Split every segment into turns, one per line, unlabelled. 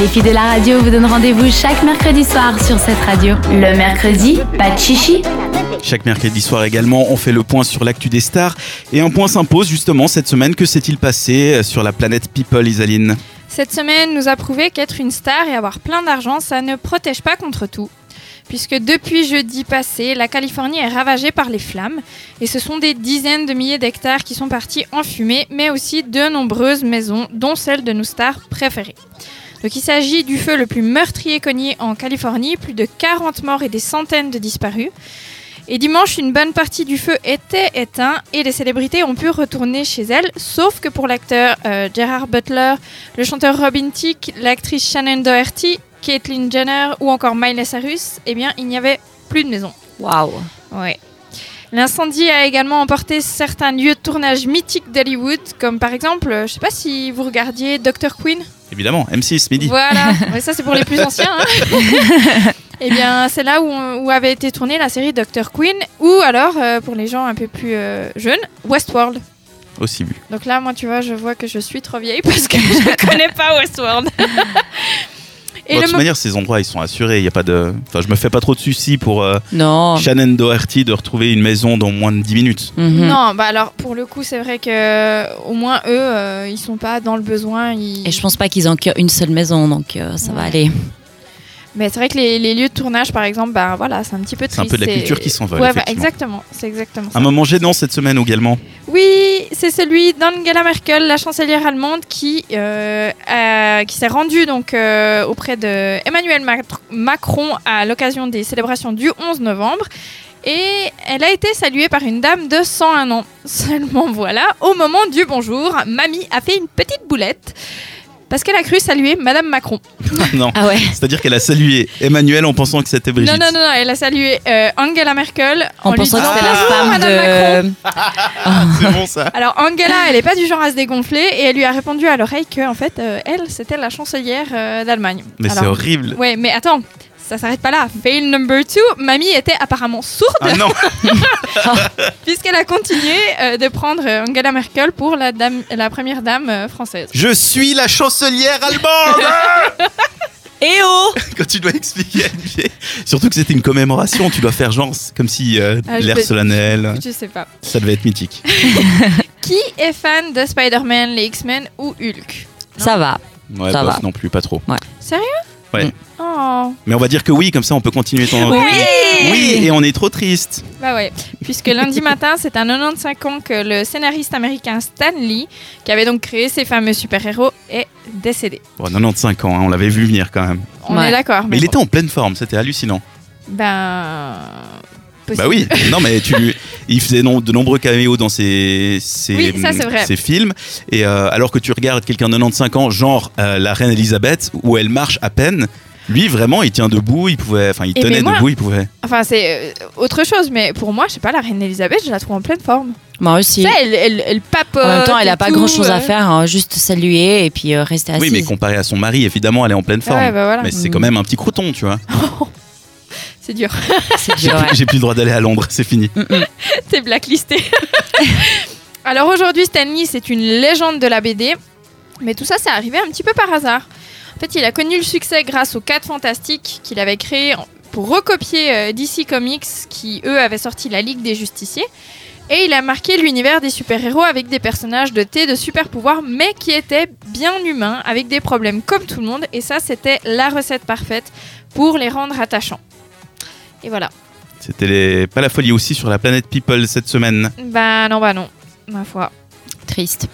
Les filles de la radio vous donnent rendez-vous chaque mercredi soir sur cette radio. Le mercredi, pas de chichi.
Chaque mercredi soir également, on fait le point sur l'actu des stars. Et un point s'impose justement cette semaine. Que s'est-il passé euh, sur la planète People, Isaline
Cette semaine nous a prouvé qu'être une star et avoir plein d'argent, ça ne protège pas contre tout. Puisque depuis jeudi passé, la Californie est ravagée par les flammes. Et ce sont des dizaines de milliers d'hectares qui sont partis en fumée, mais aussi de nombreuses maisons, dont celle de nos stars préférées. Donc il s'agit du feu le plus meurtrier cogné en Californie, plus de 40 morts et des centaines de disparus. Et dimanche, une bonne partie du feu était éteint et les célébrités ont pu retourner chez elles, sauf que pour l'acteur euh, Gerard Butler, le chanteur Robin Thicke, l'actrice Shannon Doherty, Caitlyn Jenner ou encore Miley Cyrus, eh bien, il n'y avait plus de maison.
Waouh
Ouais. L'incendie a également emporté certains lieux de tournage mythiques d'Hollywood, comme par exemple, euh, je sais pas si vous regardiez Dr. Queen.
Évidemment, M6, midi.
Voilà, Ouais, ça c'est pour les plus anciens. Et bien, c'est là où, on- où avait été tournée la série Doctor Queen, ou alors, euh, pour les gens un peu plus euh, jeunes, Westworld.
Aussi vu.
Donc là, moi, tu vois, je vois que je suis trop vieille parce que je ne connais pas Westworld. Et
Bon, de
le
toute
mo-
manière, ces endroits, ils sont assurés. Il y a pas de... Enfin, je me fais pas trop de soucis pour euh,
Oh.
Non.
Shannon Doherty de retrouver une maison dans moins de 10 minutes.
Mhm.
Non, bah alors, pour le coup, c'est vrai que euh, au moins, eux, euh, ils sont pas dans le besoin. Ils...
Et je pense pas qu'ils ont qu'une seule maison, donc euh, ça va
Ouais.
aller.
Mais c'est vrai que les, les lieux de tournage, par exemple, bah voilà, c'est un petit peu
C'est un
triste,
peu de la culture qui s'envole,
Ouais, bah,
effectivement.
exactement. C'est exactement ça.
Un moment gênant cette semaine également.
Oui, c'est celui d'Angela Merkel, la chancelière allemande, qui, euh, a- qui s'est rendue donc, euh, auprès de Emmanuel Macr- Macron à l'occasion des célébrations du 11 novembre. Et elle a été saluée par une dame de 101 ans. Seulement voilà, au moment du bonjour, mamie a fait une petite boulette parce qu'elle a cru saluer Madame Macron.
non.
Ah ouais,
C'est-à-dire qu'elle a salué Emmanuel en pensant que c'était Brigitte.
Non, non, non, non, elle a salué euh, Angela Merkel
en,
en, lui
pensant
disant
que c'était la
Bonjour,
femme
Madame Macron.
de.
C'est bon ça.
Alors Angela, elle n'est pas du genre à se dégonfler et elle lui a répondu à l'oreille que en fait euh, elle c'était la chancelière euh, d'Allemagne.
Mais c'est
Alors,
horrible.
Ouais, mais attends, ça s'arrête pas là. Fail number two, mamie était apparemment sourde
Ah non,
puisqu'elle a continué euh, de prendre euh, Angela Merkel pour la dame, la première dame euh, française.
je suis la chancelière allemande
Eh oh
Quand tu dois expliquer à une vieille- Surtout que c'était une commémoration, tu dois faire genre comme si euh,
Ah, je
l'air
peux-
solennel,
Je sais pas.
ça devait être mythique.
Qui est fan de Spider-Man, les X-Men ou Hulk
Ça va.
Ouais,
Ça
bof,
va.
non plus, pas trop.
Sérieux
Ouais.
Oh,
Mais on va dire que oui, comme ça on peut continuer ton... Oui, et on est trop triste.
bah ouais. Puisque lundi matin, c'est à 95 ans que le scénariste américain Stan Lee, qui avait donc créé ces fameux super-héros, est décédé.
Bon, 95 ans, hein, on l'avait vu venir quand même.
On
Ouais.
est d'accord.
Mais il
bon.
était en pleine forme, c'était hallucinant.
Ben.
Bah oui, non mais tu, il faisait non- de nombreux caméos dans ses, ses,
Oui, ça, c'est vrai.
ses films. Et euh, alors que tu regardes quelqu'un de 95 ans, genre euh, la reine Elisabeth, où elle marche à peine, lui vraiment il tient debout, il pouvait, enfin il
Et
tenait
mais moi-
debout, il pouvait.
Enfin, c'est euh, autre chose, mais pour moi, je sais pas, la reine Elisabeth, je la trouve en pleine forme.
Moi aussi.
Tu sais, elle, elle, elle papote.
En même temps, elle
et
a pas
tout,
grand chose
euh.
à faire, hein, juste saluer et puis euh, rester assise.
Oui, mais comparé à son mari, évidemment, elle est en pleine forme.
Ouais, bah voilà.
Mais c'est
Mm.
quand même un petit croûton, tu vois.
C'est dur.
C'est Mm.
J'ai
dur, ouais.
plus- j'ai plus le droit d'aller à Londres, c'est fini.
T'es blacklisté. Alors aujourd'hui, Stanley, c'est une légende de la BD, mais tout ça, c'est arrivé un petit peu par hasard. En fait, il a connu le succès grâce aux 4 Fantastiques qu'il avait créés en- pour recopier euh, DC Comics, qui eux avaient sorti la Ligue des Justiciers. Et il a marqué l'univers des super-héros avec des personnages dotés de super-pouvoirs, mais qui étaient bien humains, avec des problèmes comme tout le monde. Et ça, c'était la recette parfaite pour les rendre attachants. Et voilà.
C'était les... pas la folie aussi sur la planète People cette semaine.
Bah non, bah non, ma foi.
Triste.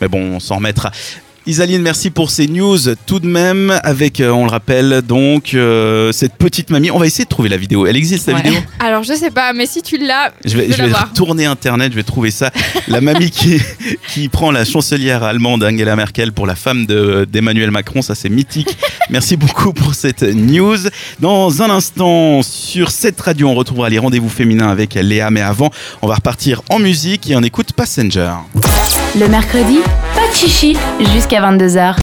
Mais bon, on s'en remettra. Isaline, merci pour ces news tout de même. Avec, euh, on le rappelle, donc, euh, cette petite mamie. On va essayer de trouver la vidéo. Elle existe, la
Ouais.
vidéo
Alors je sais pas, mais si tu l'as,
Je vais,
Je
je
la
vais
voir.
tourner Internet, je vais trouver ça. La mamie qui, qui prend la chancelière allemande Angela Merkel pour la femme de- d'Emmanuel Macron, ça c'est mythique. Merci beaucoup pour cette news. Dans un instant, sur cette radio, on retrouvera les rendez-vous féminins avec Léa. Mais avant, on va repartir en musique et on écoute Passenger.
Le mercredi, pas de chichi jusqu'à 22h.